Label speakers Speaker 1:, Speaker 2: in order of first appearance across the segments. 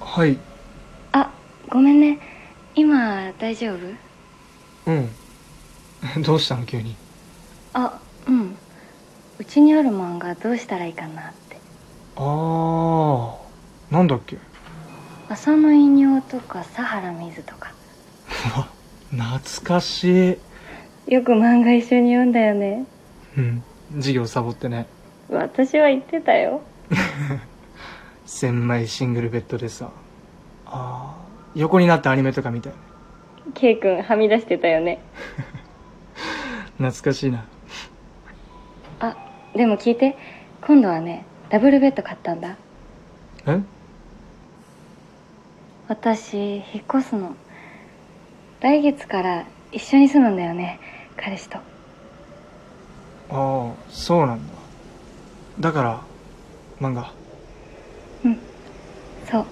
Speaker 1: はい
Speaker 2: あごめんね今大丈夫
Speaker 1: うん どうしたの急に
Speaker 2: あうんうちにある漫画どうしたらいいかなって
Speaker 1: ああなんだっけ
Speaker 2: 「浅野稲雄」とか「佐原水」とか
Speaker 1: 懐かしい
Speaker 2: よく漫画一緒に読んだよね
Speaker 1: うん授業サボってね
Speaker 2: 私は言ってたよ
Speaker 1: 千枚シングルベッドでさあー横になってアニメとか見たよね
Speaker 2: K 君はみ出してたよね
Speaker 1: 懐かしいな
Speaker 2: あでも聞いて今度はねダブルベッド買ったんだ
Speaker 1: え
Speaker 2: 私引っ越すの来月から一緒に住むんだよね彼氏と
Speaker 1: ああそうなんだだから漫画
Speaker 2: そう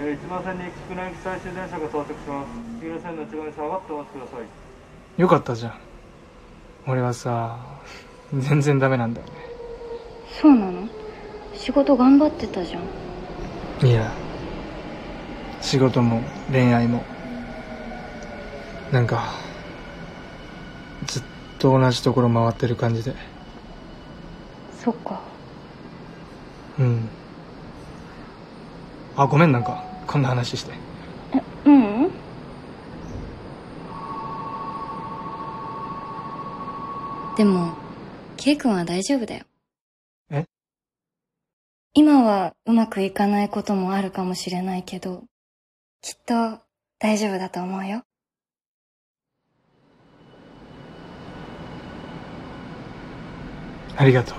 Speaker 3: えー、1番線に菊南駅最終電車が到着します次の線の内側に下がってお待ちください
Speaker 1: よかったじゃん俺はさ全然ダメなんだよね
Speaker 2: そうなの仕事頑張ってたじゃん
Speaker 1: いや仕事も恋愛もなんかずっと同じところ回ってる感じで
Speaker 2: そっか
Speaker 1: うんあごめんなんかこんな話して
Speaker 2: ううんでも K 君は大丈夫だよ
Speaker 1: え
Speaker 2: 今はうまくいかないこともあるかもしれないけどきっと大丈夫だと思うよ
Speaker 1: ありがと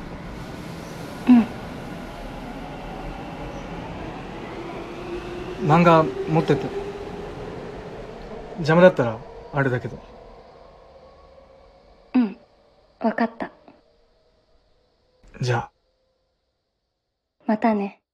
Speaker 1: う
Speaker 2: うん
Speaker 1: 漫画持ってって邪魔だったらあれだけど
Speaker 2: うんわかった
Speaker 1: じゃあ
Speaker 2: またね